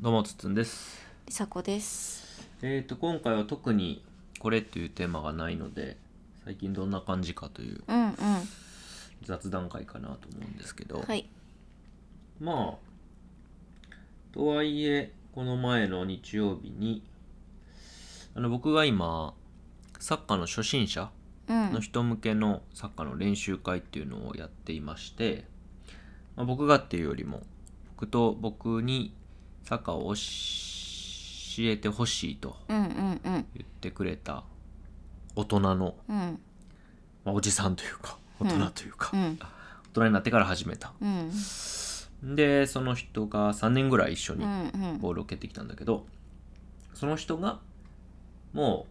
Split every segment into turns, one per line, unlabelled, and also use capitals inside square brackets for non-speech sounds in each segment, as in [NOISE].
どうもつつんです
りさこです
えーと今回は特にこれっていうテーマがないので最近どんな感じかという
うんうん
雑談会かなと思うんですけど、
はい
まあとはいえこの前の日曜日にあの僕が今サッカーの初心者
うん
の人向けのサッカーの練習会っていうのをやっていまして、まあ、僕がっていうよりも僕と僕にサッカーを教えてほしいと
うんうんうん
言ってくれた大人の、
うん
まあ、おじさんというか
う
大
ん
人というか、
うん
大人になってから始めた
うん
でその人が3年ぐらい一緒
う
に
んうん
ボールを蹴ってきたんだけど、その人がも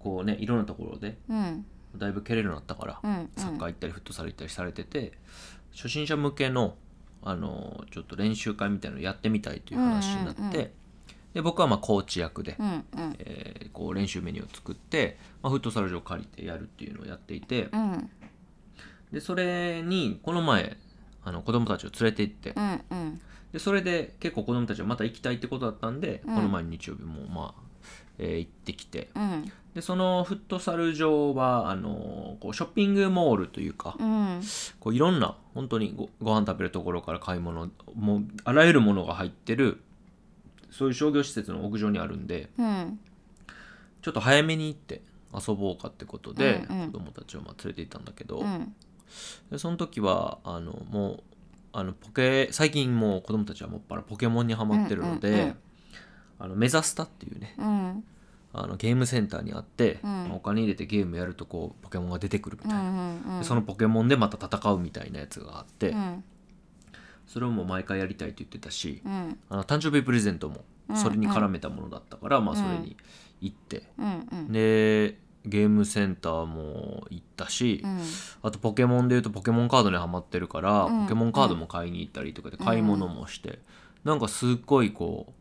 うこうねいろんなところで
うん
だいぶ蹴れるようになったから、
うん
サッカー行ったりフットサル行ったりされてて、初心者向けの、あのちょっと練習会みたいのやってみたいという話になって、
うんうんうん
で僕はまあコーチ役で、
うんうん
えーこう練習メニューを作って、まあ、フットサル場借りてやるっていうのをやっていて、
うん
でそれにこの前あの子供たちを連れて行って、
うんうん
でそれで結構子供たちはまた行きたいってことだったんで、
うん
この前の日曜日もまあ、えー行ってきて
うん
でそのフットサル場はあのこうショッピングモールというか、
うん
こういろんな本当にごご飯食べるところから買い物もうあらゆるものが入ってるそういう商業施設の屋上にあるんで
うん
ちょっと早めに行って遊ぼうかってことで、
うんうん
子供たちをまあ連れて行ったんだけど、
うん
でその時はあのもうあのポケ最近もう子供たちはもっぱらポケモンにハマってるので、
うんうんうん
あのメザスタっていうね
うん
あのゲームセンターにあって、
うん
まあお金入れてゲームやるとこうポケモンが出てくるみたいな、
うん
でそのポケモンでまた戦うみたいなやつがあって、
うん
それをもう毎回やりたいって言ってたし、
うん
あの誕生日プレゼントもそれに絡めたものだったから、まあそれに行って、
うんうん
でゲームセンターも行ったし、
うん
あとポケモンでいうとポケモンカードにはまってるから、
うん
ポケモンカードも買いに行ったりとかで買い物もして、なんかすっごいこう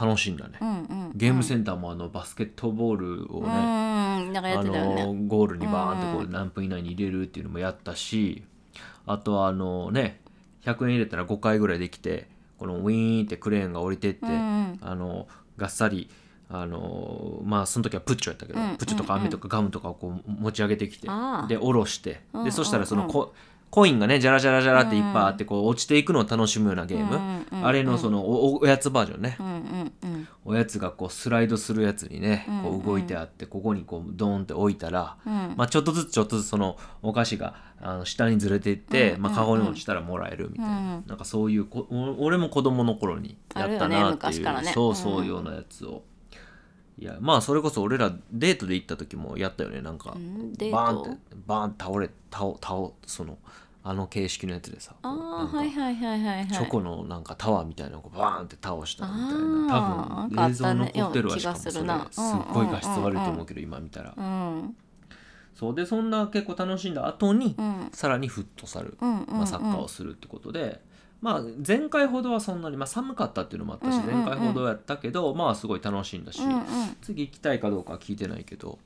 楽しいんだね、
うんうん
ゲームセンターもあのバスケットボールを
う
ね、
んなんかやっ
あ
てたよね
のゴールにバーンってこ
う
う何分以内に入れるっていうのもやったし、あとはあのね100円入れたら5回ぐらいできてこのウィーンってクレーンが降りてって、
うん
あのがっさりあのまあその時はプッチョやったけど、
うん
プッチョとか
うんうん
飴とかガムとかをこう持ち上げてきて、
あー
で下ろして、
うん
でそしたらその
うん
コ,、コインがねジャラジャラジャラっていっぱいあってこう落ちていくのを楽しむようなゲーム、
うんうん
あれのそのおおおやつバージョンね、
うんうんうん
おやつがこうスライドするやつにねこう動いてあってここにこうドーンって置いたら、
うん
まあ、ちょっとずつちょっとずつそのお菓子があの下にずれていって、
うんうん
まあ、カゴに落ちたらもらえるみたいな,、
うん
なんかそういうこお俺も子供の頃にやった
あるよ
なっ
ね
てい
昔
う、
からね
そうそう
うん
ようなやつを、いやまあそれこそ俺らデートで行った時もやったよねなんか、
うんデート
バーンってバーンって倒れ倒倒そのあの形式のやつでさ
あ
なん
ー
か
はいはいはいはいはい
チョコのなんかタワーみたいなのをこうバーンって倒したみたい
あ
な多
ー
分映像
なんかあったね
残ってるわ
ような
しかも
気が
そ
す
れ
る
すっ
な
ごい
うんうんうんうん
画質悪いと思うけど今見たら
うん
そうでそんな結構楽しんだ後に
うん
さらにフットサル、
うんうん
まあ、サッカーをするってことで、まあ、前回ほどはそんなに、まあ、寒かったっていうのもあったし
うんうんうん
前回ほどやったけどまあすごい楽しんだし
うんうん
次行きたいかどうかは聞いてないけど、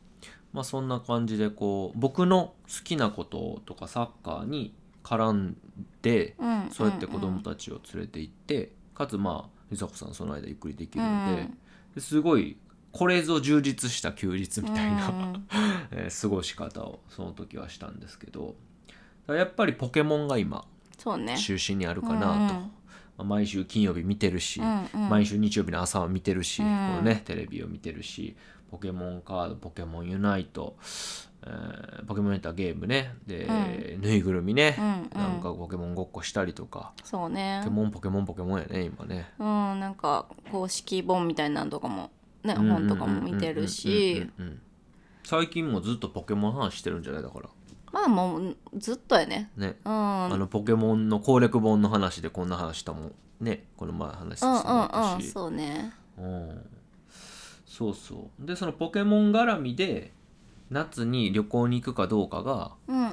まあ、そんな感じでこう僕の好きなこととかサッカーに絡んで
うんうん
そうやって子供たちを連れて行ってかつまあ梨紗子さんその間ゆっくりできるので,、ですごいこれぞ充実した休日みたいな、
うん
えー過ごし方をその時はしたんですけどだからやっぱりポケモンが今
そ
[LAUGHS]
うね
中心にあるかなと、
うんうん
まあ毎週金曜日見てるし、
うんうん
毎週日曜日の朝は見てるし、
うん
このね、テレビを見てるしポケモンカードポケモンユナイト、えーポケモンユナイトはゲームねで、ぬいぐるみね、
うんうん
なんかポケモンごっこしたりとか、
そうね
ポケモンポケモンポケモンやね今ね
うんなんか公式本みたいなのとかもね
うんうんうんうん
本とかも見てるし
うんうんうん最近もずっとポケモン話してるんじゃないだから
まあもうずっとやね
ね
うんうん
あ
うん
のポケモンの攻略本の話でこんな話したもんねこの前話して
う
もら
んう
っ
ん
たし、
そうね
うん、そうそうでそのポケモン絡みで夏に旅行に行くかどうかが、
うんうんうん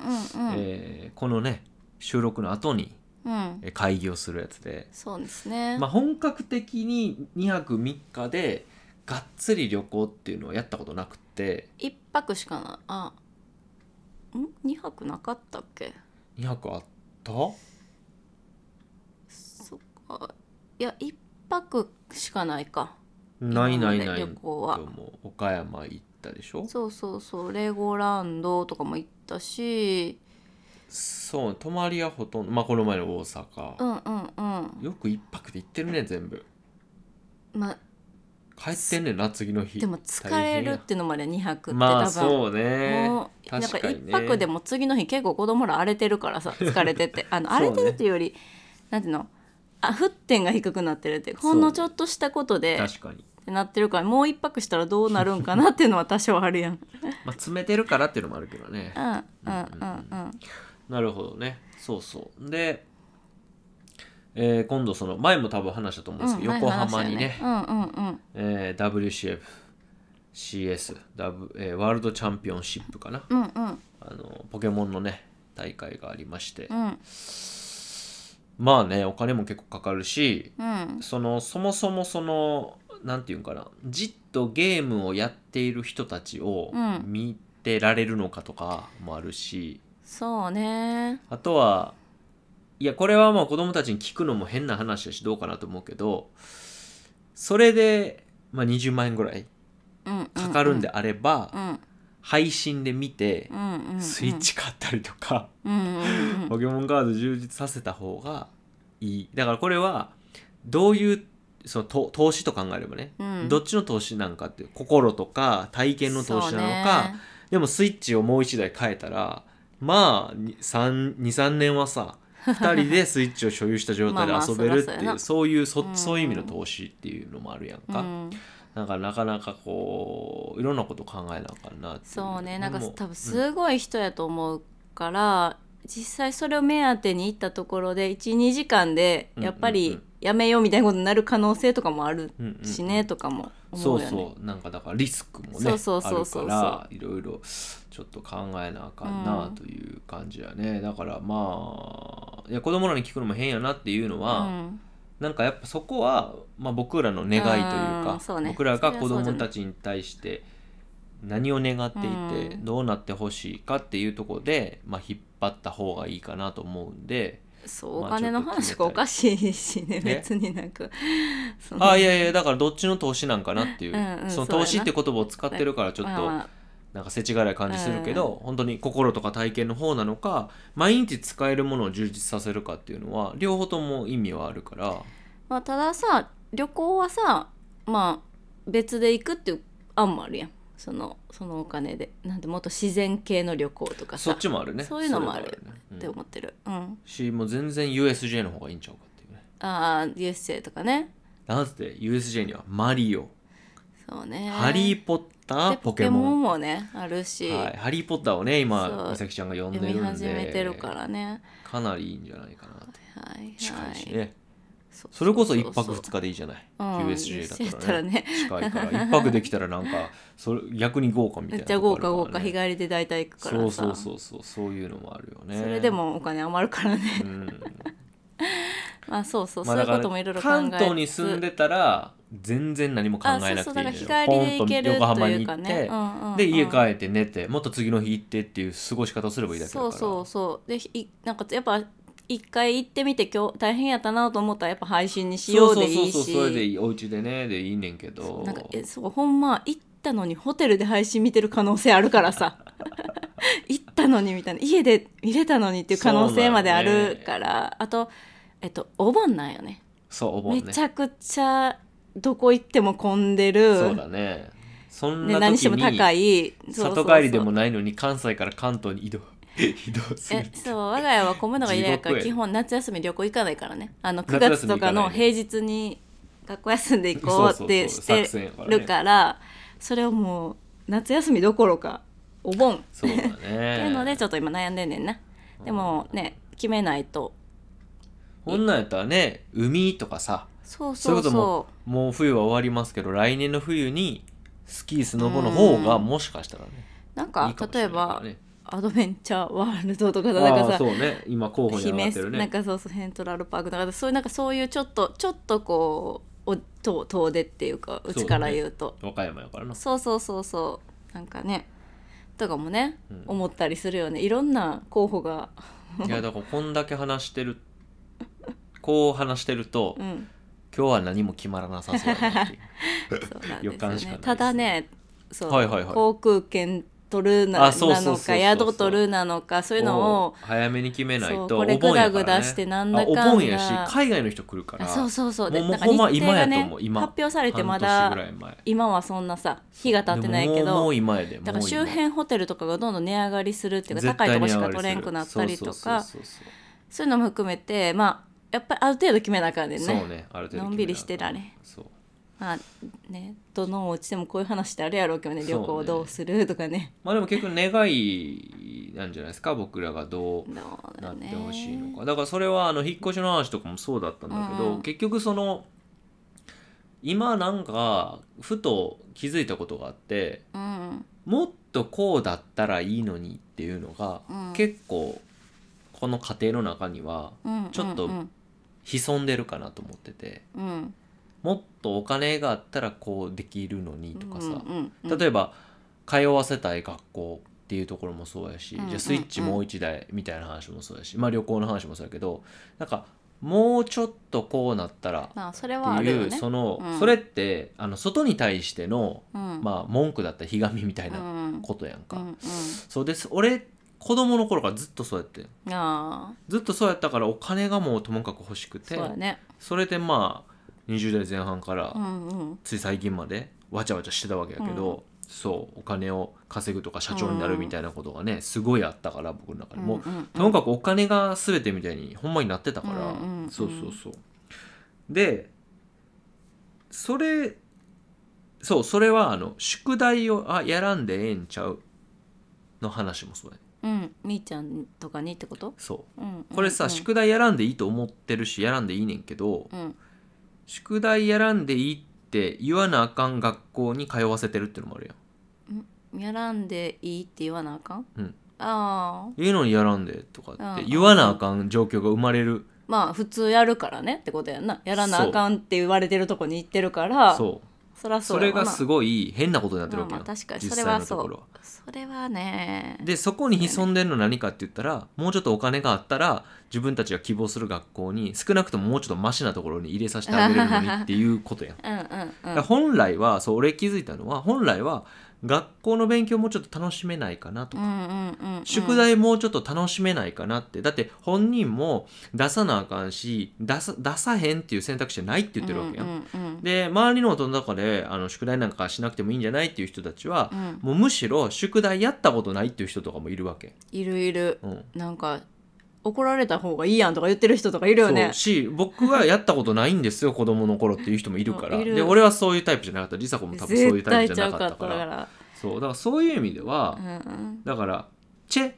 えーこのね収録の後に
うん
えー会議をするやつで、
そうですね
まあ、本格的に2泊3日でがっつり旅行っていうのをやったことなくて
一泊しかないあん二泊なかったっけ
2泊あった
そっかいや一泊しかないか
ないないない
旅行は
今日も岡山行ったでしょ
そうそうそうレゴランドとかも行ったし
そう泊まりはほとんどまあこの前の大
う
阪、
んうんうん
よく一泊で行ってるね全部
まあ
帰ってんねんな次の日
でも疲れる
大変
っていうのもあれ2泊って多分、
まあそうね
もうなんか
確かに
1
ね
泊でも次の日結構子供ら荒れてるか
[LAUGHS]
らさ疲れててあの
そうね
荒れてるっていうよりなんていうのあ沸点が低くなってるっていうほんのちょっとしたことで
確かに、
ってなってるからもう1泊したらどうなるんかなっていうのは多少あ
[LAUGHS]
るやんうん
まあ、詰めてるからっていうのもあるけどね
うんうんうん
なるほどねそうそうで、えー今度その前も多分話したと思うんですけど、
うん
横浜にね
前話したよねうんうんうん
えー WCFCS、W えーワールドチャンピオンシップかな
うんうん
あのポケモンのね大会がありまして、
うん
まあねお金も結構かかるし
うん
そのそもそもそのなんていうんかなじっとゲームをやっている人たちを
うん
見てられるのかとかもあるし、
そうね
あとはいやこれはまあ子供たちに聞くのも変な話だしどうかなと思うけどそれで、まあ、20万円ぐらい
うんうん
かかるんであれば、
うん
配信で見て
う、んうんうん
スイッチ買ったりとか、
うんうんうん
ポケモンカード充実させた方がいいだからこれはどういうその投投資と考えればね、
うん
どっちの投資なんかって心とか体験の投資なのか、
そうね
でもスイッチをもう一台変えたらまあ23年はさ2人
[LAUGHS]
でスイッチを所有した状態で
まあまあ
遊べるって
そ
いう
りゃそうやな
そういうそ
うん
そういう意味の投資っていうのもあるやんか、
うん
なんかなかなかこういろんなこと考えなあかんなってい
そうねなんか
でも
多分
うん
すごい人やと思うから、実際それを目当てに行ったところで12時間でやっぱ
うんうん
り
うん
やめようみたいなことになる可能性とかもある
うんうん
しね、とかも
そ
思
う
うよね。
そうなんかだからリスクもね
そうそうそうそうそう
あるからいろいろちょっと考えなあかんな
うん
という感じやね、だからまあいや子供らに聞くのも変やなっていうのは、
うん
なんかやっぱそこは、まあ、僕らの願いという
う
か
んそうね
僕らが
それ
子
はそうじゃ
供
ない
たちに対して何を願っていて
うん
どうなってほしいかっていうところで、まあ、引っ張った方がいいかなと思うんで
そうお
まあちょっと
金の話がおかしいしね
ね
別になんかその
あいやいやだからどっちの投資なんかなっていう
うんうん
その
そうや
投
な
資って言葉を使ってるからちょっ
まあ
と
まあ
なんか世知辛い感じするけど、本当に心とか体験の方なのか毎日使えるものを充実させるかっていうのは両方とも意味はあるから
まあたださ旅行はさまあ別で行くっていう案もあるやんそのそのお金でなんてもっと自然系の旅行とか
そ
さ
っちもあるね
そういうのもある
それねうん
って思ってる、うん、
しもう全然 USJ の方がいいんちゃうかっていうね
ああ USJ とかね
なぜ USJ にはマリオ、
そうね
ハリー・ポッター
で
ポケモン
もねあるし、
はい、ハリー・ポッターをね今
そう
美咲ちゃんが呼んで
読み
るん
始めて
で
るからね
かなりいいんじゃないかなって
はいはい
近いしね、
そう
それこそ1泊
そう
2日でいいじゃない、
うん
USJ だったらね
USJ だったらね
近いから1泊できたらなんかそれ逆に豪華みた
め
いな
っちゃ豪華
とこ
豪
あるか
華
ら
日
ね
帰りで大体行くからさ
そうそうそうそうそういうのもあるよね
それで、もお金余るからね [LAUGHS]
うん
まあそうそう、
まあ、
そうい
だか
うこともいろいろ
ら
考え
関東に住んでたら全然何も考えなくていい
あそうそうだから日帰
のよ
りで行ける
ポン
というか
横浜
ね
に行って、
うんうんうん
で家帰って寝てもっと次の日行ってっていう過ごし方をすればいいだけだか
そ
ら
うそうそうでいなんかやっぱ一回行ってみて今日大変やったなと思ったらやっぱ配信にしようでいい
そうそうそう
し
そうそれでいいお家でねでいいねんけど
なんかえそうほんま行ったのにホテルで配信見てる可能性あるか
[LAUGHS]
らさ行ったのにみたいな家で見れたのにっていう可能性まであるから、あと、えっと、お盆なんよね
そうお盆ね
めちゃくちゃどこ行っても混んでる
そうだねそん
で
な
何し
時
ても
に、
高いそうそう
里
そう
帰りでもないのに関西から関東に移動移動するっ
え
て
そう我が家は混むのが嫌やから
地獄や
基本夏休み旅行行かないからねあの9
夏休
月
み
とか
行
の
かない
平日に学校休んで行こうって
そう
し
そうそう作
て
戦やからね
るからそれをもう夏休みどころかお盆っ
そうだね
ていうのでちょっと今悩んでんねんなでもね決めないと
こんなんやったらね海とかさ
そう
そうい
そうう
ことも
そ
もう冬は終わりますけど来年の冬にスキースノボの方が
うん
もしかしたらね
うなん
いいか
か
もし
例
れ
え
ないから
ば
ね
アドベンチャーワールドとか
あ
だなん
ー
かさ
そうね今候補に上がって
姫
る
なん
ね
かそうそうセントラルパークとかそういうなんかそういうちょっとちょっとこうお遠遠出っていうかうちから言うと
和歌山やからな
そうそうそうそうなんかねとかもね、
うん
思ったりするよねいろんな候補が
いやだからこんだけ話してるこう話してると
うん
今日は何も決まらなさそうだなっていう
そうなん
予
ですよ
感しかないですね
ねただね [LAUGHS] そう、
はいはいはい
航空券取るな
あそうそうそうそうそう
なのか宿取るなのかそういうの
も
を
う早めに決めない
そう
と
これ
お盆やか
グ
らね
ダグダしてなんだかんだ
あお盆やし海外の人来るから
あそうそうそうで
もうもう
なんか
ほん
日
ま
程
今
が
やと
ね
思う今
発表されてま
半年ぐら
だ
い前
今はそんなさ日が経ってないけ
でももうも
ど
う今やでもう
だから
今
周辺ホテルとかがどんどん値上がりするっていうか高いとこしか取れんくなったりと
そ
か
うそうそう
そういうのも含めてまあやっぱりある程度決めなあかんねん
そう
ね
そうねある程度決めなあか
のんびりしてられん
そう
まあねどのお家でもこういう話ってあるやろうけどね
そうね
旅行をどうするとかね
まあでも結局願いなんじゃないですか僕らがどう
どう
な
だ
っ
ね
てほしいのかだからそれはあの引っ越しの話とかもそうだったんだけど、
うん
結局その今なんかふと気づいたことがあって
うん
もっとこうだったらいいのにっていうのが、
うん
結構この過程の中には
うん
ちょっと
うん
潜んでるかなと思ってて
うん
もっとお金があったらこうできるのにとかさ、
うんうん
例えば通わせたい学校っていうところもそうやし、
うん
じゃあスイッチもう一台みたいな話もそうやし、まあ旅行の話もそうやけどなんかもうちょっとこうなったら
まあそれはあ
って
るよ
いう
ね
その、
うん
それってあの外に対しての、
うん
まあ、文句だったりひがみみたいな
うん
ことやんか、
うんうん
そうです俺子供の頃からずっとそうやって
ああ
ずっとそうやったからお金がもうともかく欲しくて
そうだね
それでまあ20代前半から
うんうん
つい最近までわちゃわちゃしてたわけやけど、そうお金を稼ぐとか社長になるみたいなことがね、すごいあったから僕の中でもう、
うんうん
ともかくお金が全てみたいにほんまになってたから、
うんうんうん
そうそうそうでそれそうそれはあの宿題をあやらんでええんちゃうの話もそうやね
うんみーちゃんとかにってこと
そ
うんうん
うこれさ、
うん
宿題やらんでいいと思ってるしやらんでいいねんけど、
うん
宿題やらんでいいって言わなあかん学校に通わせてるってのもあるやん
やらんでいいって言わなあかん
うん
ああ
いいのにやらんでとかっ
う
て
ん
言わなあかん状況が生まれる、
まあ普通やるからねってことやんなやらなあかんって言われてるとこに行ってるから
そう
そら
そ
そう
れ
やわ
が
な
すごい変なことになってるわけ
まあ
よ
まあ確かに
実
それ
際の
は
と
そ
ころ
うそれはね
でそこに潜んでるの何かって言ったらもうちょっとお金があったら自分たちが希望する学校に少なくとももうちょっとマシなところに入れさせてあげれるのにっていうことやんだ
うんうんう
から
ん
本来はそう俺気づいたのは本来は学校の勉強もうちょっと楽しめないかなとか
うんうんうんうん
宿題もうちょっと楽しめないかなってだって本人も出さなあかんし出さ出さへんっていう選択肢はないって言ってるわけや、
うんんうんうん
で周りの大人の中であの宿題なんかしなくてもいいんじゃないっていう人たちは
う、ん
もうむしろ宿題やったことないっていう人とかもいるわけ、
いるいる
うん、
なんか怒られた方がいいやんとか言ってる人とかいるよ
そ
ね
うし僕はやったことないんですよ子供の頃っていう人もいるから
いる
で俺はそういうタイプじゃなかったりさ子も多分そうい
絶
うタイ
対
プ
ち
じ
ゃ
ゃ
う
な
か
か
っ
ったたか
からら
そうだからそういう意味では、
うんうん
だからチェ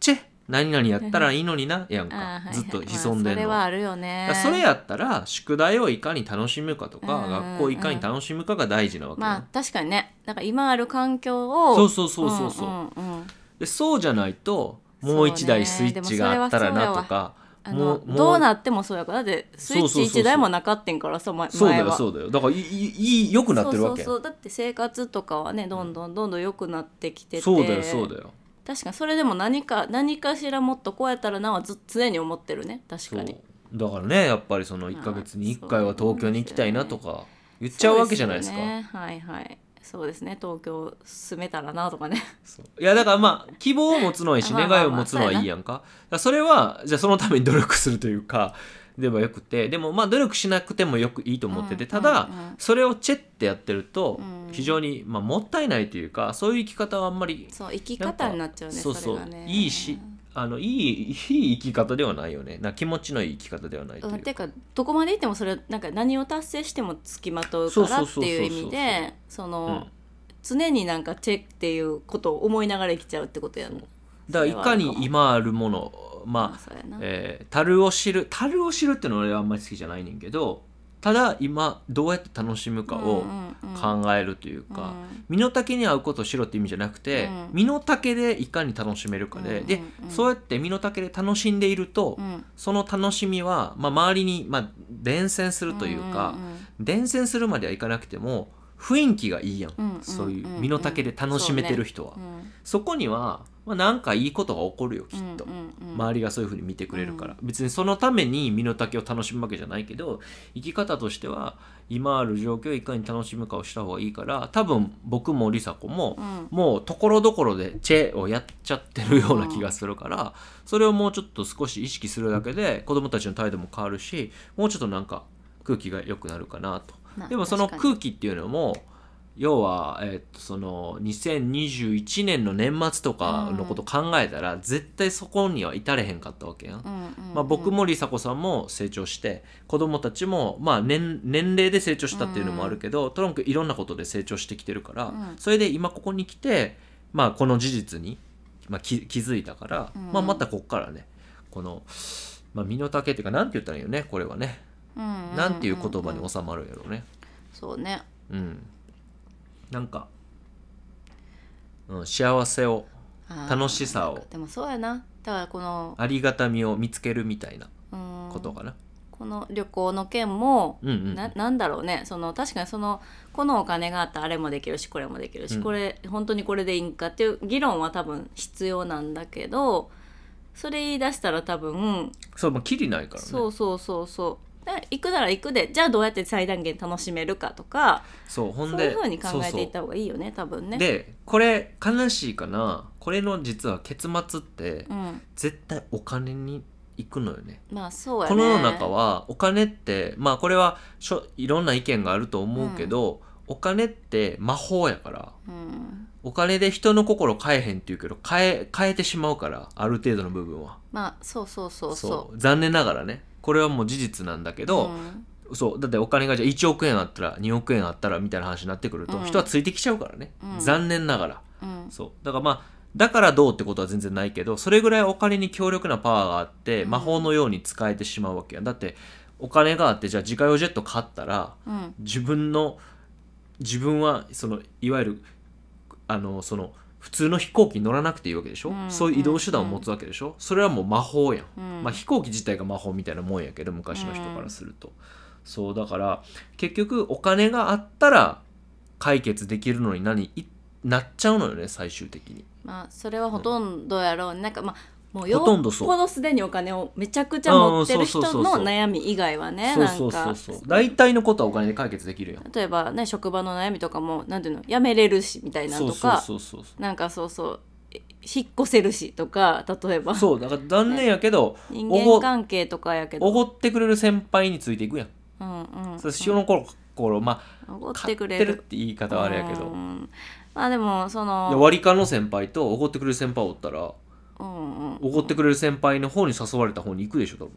チェ何々やったらいいのになやんか、
あーはいはい
ずっと潜ん
まあ
で
そ
ん
れ
の
はあるよね
だからそれやったら宿題をいかに楽しむかとか、
うん
学校をいかに楽しむかが大事なわけよ、
まあ確かにねなんか今ある環境を
そうそうそうそうそう、
んうんうん
でそうじゃないともう一台スイッチがあったらなとか
あ
も
の
うもう
どうなってもそうやからだってスイ
そう
ッ
そうそ
チ
うそう
一台もなかってんからさ前
そうだ
前
よ
は
そうだよだからいいいい良くなってるわけ
そうそうそうだって生活とかはねどんどんどんどん良くなってきてて、
そうだよそうだよ
確かにそれでも何か何かしらもっとこうやったらなはず常に思ってるね確
そ
か
う
に
だからねやっぱりその1か月に1回は東京に行きたいなとか言っちゃうわけじゃないですか
そうよねはいはいそうですね東京住めたらなとかね
そういやだからまあ希望を持つのはいいし
ま
願
あまあまあ
いを持つのはいいやんかだからそれはじゃあそのために努力するというか [LAUGHS] でもよくてでもまあ努力しなくてもよくいいと [LAUGHS] 思ってて
うん
ただ
うんうん
それをチェってやってると
うん
非常にまあもったいないというかそういう生き方はあんまり
そう生き方になっちゃうね
そう
そ
そう
れがね
いいしあのいいいい [LAUGHS] 生き方ではないよねなんか気持ちのいい生き方ではないと
う
い
ん、
う
て
か
かどこまでいってもそれなんか何を達成してもつきまとうからっていう意味でその、常になんかチェっていうことを思いながら生きちゃうってことや
そ
ん
うだからいかに今あるものまあ
あそうやな、
えー樽を知る樽を知るっていうのは俺はあんまり好きじゃないねんけどただ今どうやって楽しむかを考えるというか、身の丈に合うことをしろって意味じゃなくて、
うん
身の丈でいかに楽しめるかで、でそう
や
やって身の丈で楽しんでいると、その楽しみは、まあ、周りに、まあ、伝染するというか、伝染するまではいかなくても雰囲気がいいやん、
うんうんうんうん
そういう身の丈で楽しめてる人は。そこにはまあ、なんかいいことが起こるよきっと、
うんうんうん
周りがそういうふうに見てくれるから、別にそのために身の丈を楽しむわけじゃないけど生き方としては今ある状況をいかに楽しむかをした方がいいから多分僕も梨紗子も、
うん
もうところどころでチェをやっちゃってるような気がするから、それをもうちょっと少し意識するだけで子供たちの態度も変わるしもうちょっとなんか空気が良くなるかなと。
まあ
でもその
確かに
空気っていうのも要は、えっとその2021年の年末とかのこと考えたら、絶対そこには至れへんかったわけやん。
うんうんうん
まあ、僕も梨紗子さんも成長して子供たちも、まあ、年年齢で成長したっていうのもあるけど、トランクいろんなことで成長してきてるから、
うん
それで今ここに来て、まあ、この事実に、まあ、気気づいたから、
うん
まあ、またこっからねこの、まあ、身の丈っていうかなんて言ったらいいよねこれはね、
うんうん
なんていう言葉
うんう
に
ん
収まるんやろうね。
そうね
うん、なんか、うん、幸せを
あー
楽しさを
でもそうやなだからこの
ありがたみを見つけるみたいな
うん
ことかな。
この旅行の件も
うんうん、
ななんだろうねその確かにそのこのお金があったらあれもできるしこれもできるし、
うん
これ本当にこれでいいんかっていう議論は多分必要なんだけどそれ言い出したら多分、
そうまあきりないからね。
そうそうそうそうで行くなら行くでじゃあどうやって最大限楽しめるかとか
そうほん
そうい
で
うふうに考えていっ
そう
た方がいいよね多分
そう
ね。
でこれ悲しいかなこれの実は結末って
うん、
絶対お金に行くのよね。
まあそうやね
この世の中はお金ってまあこれはしょいろんな意見があると思うけど、お金って魔法やから
うん、
お金で人の心変えへんって言うけど変え変えてしまうからある程度の部分は
まあそうそうそうそう。
残念ながらねこれはもう事実なんだけど、
うん
そうだってお金がじゃあ1億円あったら2億円あったらみたいな話になってくると、
うん
人はついてきちゃうからね、
うん
残念ながら
うん
そうだからまあだからどうってことは全然ないけどそれぐらいお金に強力なパワーがあって
うん
魔法のように使えてしまうわけやだってお金があってじゃあ自家用ジェット買ったら
うん
自分の自分はそのいわゆるあのその普通の飛行機に乗らなくていいわけでしょ、
うん
そういう移動手段を持つわけでしょ、それはもう魔法やん、
うん
まあ、飛行機自体が魔法みたいなもんやけど昔の人からすると、そうだから結局お金があったら解決できるのに何いなっちゃうのよね最終的に
まあそれはほとんどやろうねなんかまあもうよ
ほとんどそう
っぽどすでにお金をめちゃくちゃ持ってる人
あーそうそう
の
そうそう
悩み以外はね
そう
なん
そうそ
か
うそう大体のことはお金で解決できるやん
例えばね職場の悩みとかもなんていうの辞めれるしみたいな
そ
と
う
か
そうそうそう
なんかそうそうえ引っ越せるしとか例えば
そうだから残念やけ
[LAUGHS]
ど
人
おご
間関係とかやけど
おごってくれる先輩についていくやん
うんうんうん
そう塩の頃頃まあ
おごっ
買
て
っ
く
て
れ
るっ
る
て言い方はあれやけ
う
ど
んまあでもそ
いや
の
割り勘の先輩とおごってくれる先輩おったら
うんうん
おごってくれる先輩の方に誘われた方に行くでしょ多分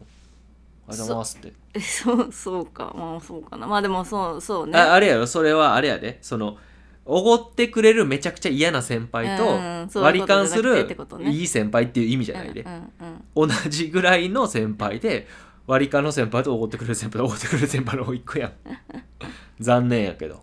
ありがとうございますって、
えそうそうかまあそうかなまあでもそうそうね
ああれやろそれはあれやでそのおごってくれるめちゃくちゃ嫌な先輩
うん
と
そう
割
い
り
うこと
勘す
じゃなくて
る
ってことね
いい先輩っていう意味じゃないで
うんうんうん
同じぐらいの先輩で割り勘の先輩とおごってくれる先輩とおごってくれる先輩の方行くやん残念やけど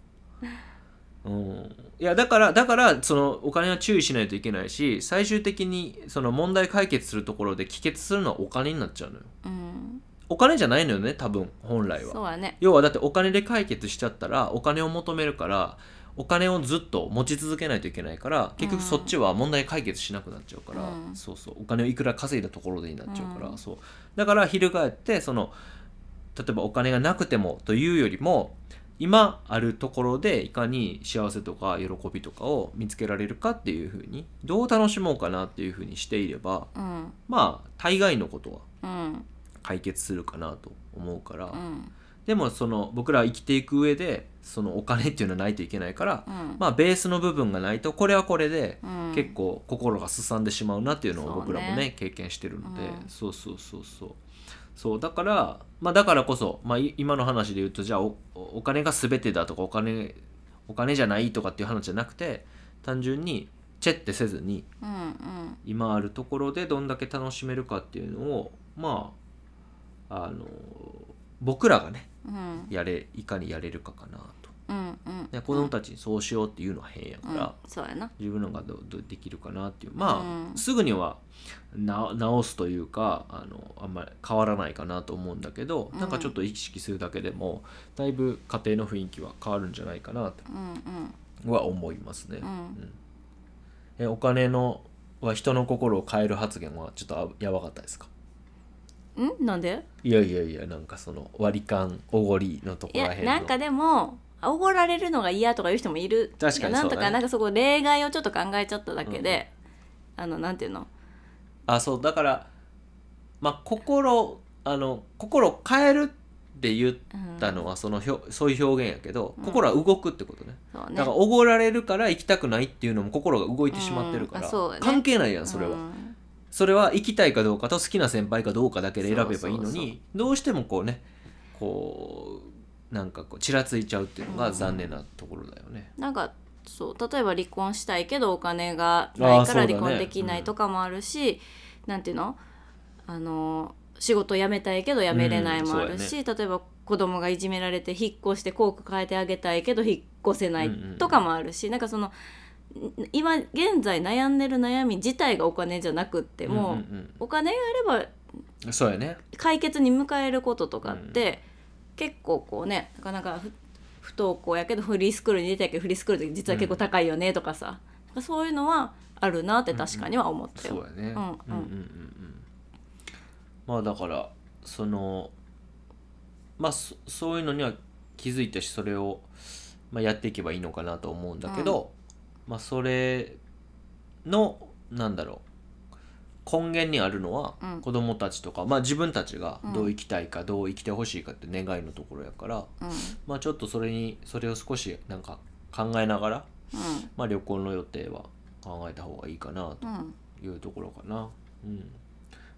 うんいやだからだからそのお金は注意しないといけないし最終的にその問題解決するところで帰結するのはお金になっちゃうのよ
うん
お金じゃないのよね多分本来
そ
は
うやね
要はだってお金で解決しちゃったらお金を求めるからお金をずっと持ち続けないといけないから結局そっちは問題解決しなくなっちゃうから、
うん
そうそうお金をいくら稼いだところでになっちゃうから、
うん
そうだから翻ってその例えばお金がなくてもというよりも今あるところでいかに幸せとか喜びとかを見つけられるかっていうふうにどう楽しもうかなっていうふうにしていれば
うん
まあ大概のことは
うん
解決するかなと思うから。
うん
でもその僕らは生きていく上でそのお金っていうのはないといけないから、
うん
まあベースの部分がないとこれはこれで
うん
結構心がすさんでしまうなっていうのを
そうね
僕らもね経験してるので、
うん
そうそうそうそうそうだからまあだからこそ、まあ、い今の話で言うとじゃあおお金が全てだとかお金お金じゃないとかっていう話じゃなくて単純にチェってせずに
うんうん
今あるところでどんだけ楽しめるかっていうのをまああの僕らがね
うん
やれいかにやれるかかなと
うんうん
で子供たちにそうしようっていうのは変やか
うん
ら、
そうやな
自分のがどうどうできるかなっていうまあ、
うん
すぐにはな直すというかあのあんまり変わらないかなと思うんだけど、
うん
なんかちょっと意識するだけでもだいぶ家庭の雰囲気は変わるんじゃないかな
うんうん
とは思いますね。
うん
えお金のは人の心を変える発言はちょっとあやばかったですか
んなんで
いやいやいやなんかその割り勘おごりのとこ
い
ろら
や
へんの
なんかでもおごられるのが嫌とかいう人もいる
確かにそうだね
なんとかなんかそこ例外をちょっと考えちゃっただけで、あのなんていうの
あそうだからまあ心あの心を変えるって言っ
うん
たのはそのひょそういう表現やけど心は動くってことね、
そう
だからおごられるから行きたくないっていうのも心が動いてしまってるか
うん
ら、
あそうだね
関係ないやんそれは、
うん
それは行きたいかどうかと好きな先輩かどうかだけで選べばいいのに
そうそうそ
どうしてもこうねこうなんかこうちらついちゃうっていうのが残念なところだよね、
なんかそう例えば離婚したいけどお金がないから
あーそうだね
離婚できないとかもあるし、なんていうのあの仕事辞めたいけど辞めれないもあるし、例えば子供がいじめられて引っ越して校区変えてあげたいけど引っ越せないとかもあるし、なんかそのん今現在悩んでる悩み自体がお金じゃなくっても、
うんうん
お金があれば
うんそうやね
解決に向かえることとかって、結構こうねなかなかふ不登校やけどフリースクールに出てたけどフリースクールって実は結構高いよねとかさ、そういうのはあるなって確かには思ったよ。
そうやね、
うんうん
うんうんうんうんまあだからそのまあそそういうのには気づいたしそれを、まあ、やっていけばいいのかなと思うんだけど、まあそれのなんだろう根源にあるのは
うん
子供たちとか、まあ自分たちが
うん
どう生きたいか、どう生きてほしいかって願いのところやから、
うん
まあちょっとそれにそれを少しなんか考えながら、
うん
まあ、旅行の予定は考えた方がいいかなと
うん
いうところかな。うん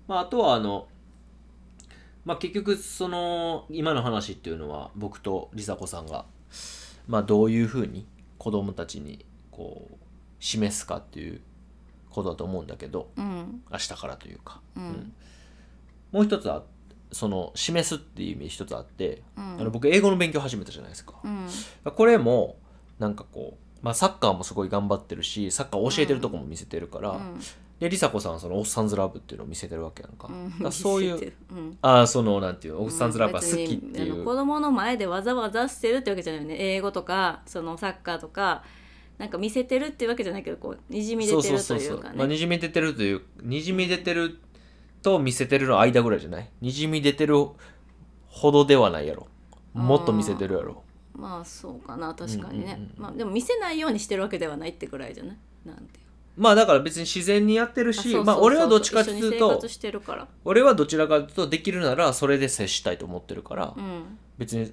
まあ、あとはあの、まあ、結局その今の話っていうのは僕と梨紗子さんが、まあ、どういうふうに子供たちにこう示すかっていうことだと思うんだけど
うん
明日からというか、
うん
うんもう一つはその示すっていう意味一つあって、
うん
あの僕英語の勉強始めたじゃないですか。
うん
これもなんかこう、まあ、サッカーもすごい頑張ってるしサッカー教えてるとこも見せてるから、で、梨紗子さんはそのおっさんずラブっていうのを見せてるわけやんか。
うん
だからそうい
見せて
う、
るうん
ああ、その、なんていうの、おっさんずラブは好
別に
きってい
あの
う。
子供の前でわざわざしてるってわけじゃないよね英語とかそのサッカーとかなんか見せてるってわけじゃないけどこうにじみ出
そう
て
そう
ると
そう
い
そうう
か。
まあ、
ね
にじみ出てるという、にじみ出てると見せてるの間ぐらいじゃないにじみ出てるほどではないやろ。もっと見せてるやろ。
まあそうかな確かにね、
うんうんうん
まあでも見せないようにしてるわけではないってぐらいじゃないなんていう
まあだから別に自然にやってるし、
そうそうそう
まあ俺はどっちかって
一緒
い
に
う
生
と
活、してるから
俺はどちらかというとできるならそれで接したいと思ってるから、
うん
別に、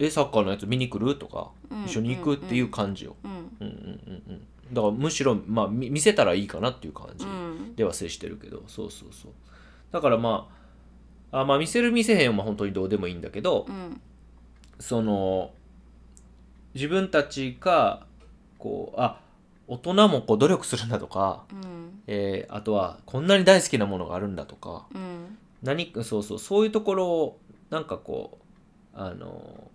え、サッカーのやつ見に来るとか、
うん
一緒に行くっていう感じを。
うん
うんうんうんうんだからむしろ、まあ、み見せたらいいかなっていう感
う
じ
ん
では接してるけど、そうそうそうだからまああまあ見せる見せへんは本当にどうでもいいんだけど、
うん
その自分たちがこうあ大人もこう努力するんだとか、
うん
えーあとはこんなに大好きなものがあるんだとか
うん
何かそうそうそういうところをなんかこうあの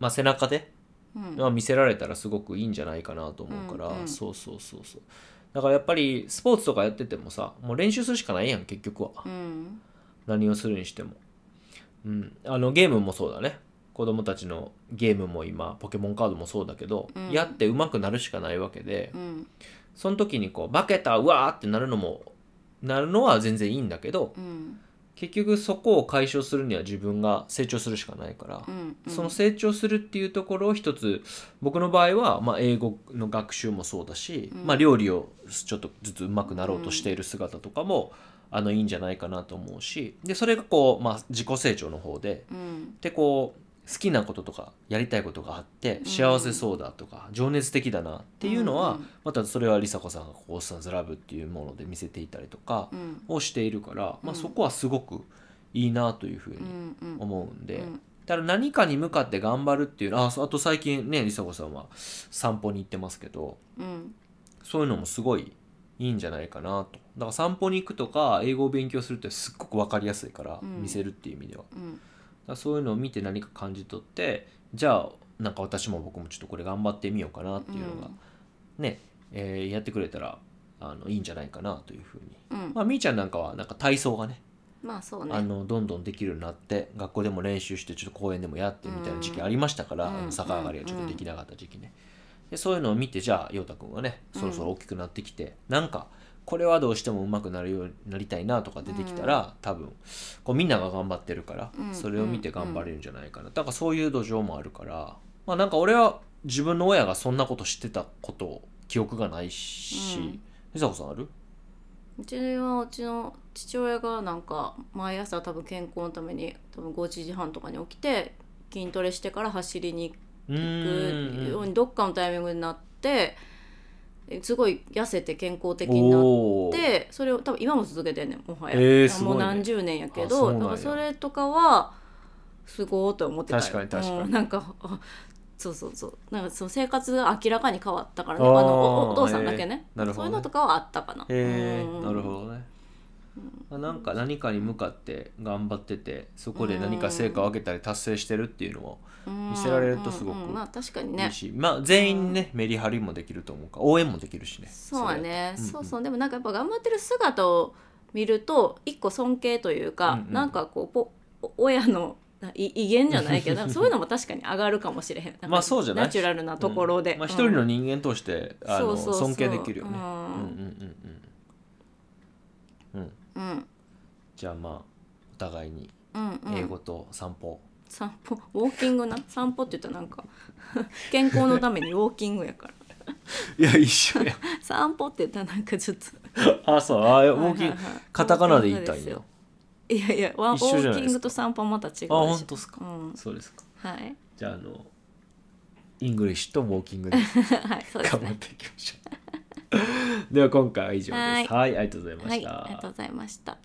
まあ背中で
うん
まあ、見せられたらすごくいいんじゃないかなと思うから、
うんうん
そうそうそうそうだからやっぱりスポーツとかやっててもさもう練習するしかないやん結局は
うん
何をするにしても、うん、あのゲームもそうだね子供たちのゲームも今ポケモンカードもそうだけど、
うん
やって上手くなるしかないわけで、
うん
その時にこう負けたうわーってなるのもなるのは全然いいんだけど
うん
結局そこを解消するには自分が成長するしかないから、
うん
その成長するっていうところを一つ僕の場合は、まあ、英語の学習もそうだし、
うん
まあ、料理をちょっとずつうまくなろうとしている姿とかも、あのいいんじゃないかなと思うしでそれがこう、まあ、自己成長の方で
うん
でこう好きなこととかやりたいことがあって
うん
幸せそうだとか、情熱的だなっていうのは、
うん
またそれは梨紗子さんがこう「オッサンズラブ」っていうもので見せていたりとか
うん
をしているから、
う
まあ、
ん
そこはすごくいいなというふうに
うんうん
思うんで。
うん
ただ何かに向かって頑張るっていうのあそうあと最近ね梨紗子さんは散歩に行ってますけど
うん
そういうのもすごいいいんじゃないかなとだから散歩に行くとか英語を勉強するってすっごく分かりやすいから、
うん
見せるっていう意味ではだ
うん
からそういうのを見て何か感じ取ってじゃあなんか私も僕もちょっとこれ頑張ってみようかなっていうのが、ね、えーやってくれたらあのいいんじゃないかなというふうに
うん
まあみーちゃんなんかはなんか体操がね
まあそう
あ
ね
のどんどんできるようになって学校でも練習してちょっと公園でもやってみたいな時期
うん
ありましたから、
うん
あの逆上がりがちょっとできなかった時期ね、でそういうのを見てじゃあ陽太くんはねそろそろ大きくなってきて、なんかこれはどうしても上手くなるようになりたいなとか出てきたら、多分こうみんなが頑張ってるから、
うん
それを見て頑張れるんじゃないかな、だからそういう土壌もあるからまあなんか俺は自分の親がそんなことしてたことを記憶がないし、
うん
美佐子さんある
うちはうちの父親がなんか毎朝多分健康のために多分5時半とかに起きて筋トレしてから走りに
う
行く
ーん
ようにどっかのタイミングになってすごい痩せて健康的になっ
おー
てそれを多分今も続けてんねんもはや、
えーすごい
も
うね
何十年やけ
あそうなん
ど
や
だからそれとかはすごいと思ってたよ
確かに確かに
うんなんか [LAUGHS] あそうそうそうなんかその生活が明らかに変わったからね
あー
あのおお父さんだけね,、
えーなるほどね
そういうのとかはあったかな
へえ
うん
なるほどね、まあなんか何かに向かって頑張っててそこで何か成果を上げたり達成してるっていうのは
見
せられるとすごく
まあ確かに
い
ね
いし、まあ全員ね、メリハリもできると思うから応援もできるしね
そうはね
それだと
そうそうでもなんかやっぱ頑張ってる姿を見ると一個尊敬というか、
うんうん
なんかこうぽお親のい威厳じゃないけ
[LAUGHS]
どなんかそういうのも確かに上がるかもしれへんなんか
まあそうじゃない
ナチュラルなところで、
うんまあ、一人の人間として、あの
そうそうそう
尊敬できるよね、
う
うんん、うんうんうんうん
うん、うん
じゃあまあお互いに
うんうん
英語と散歩、
散歩ウォーキングな散歩って言ったらなんか [LAUGHS] 健康のためにウォーキングやから
いや一緒や
散歩って言ったらなんかちょっと
[LAUGHS] あそうあウォーキング
はいはいはい
カタカナで言いたい
ウォーキングで
よ
すよいやいやワウ
一緒じゃ
ォ
ない
ー
ですか
キングと散歩はまた違うでしょ
あ本当っすか
うん、
そうですか
はい [LAUGHS]
じゃああのイングリッシュとウォーキングで
はいそうです
頑張
ね
っていきましょう [LAUGHS] では今回は以上です
はい
はいありがとうございま
は
し
い
た、
ありがとうございました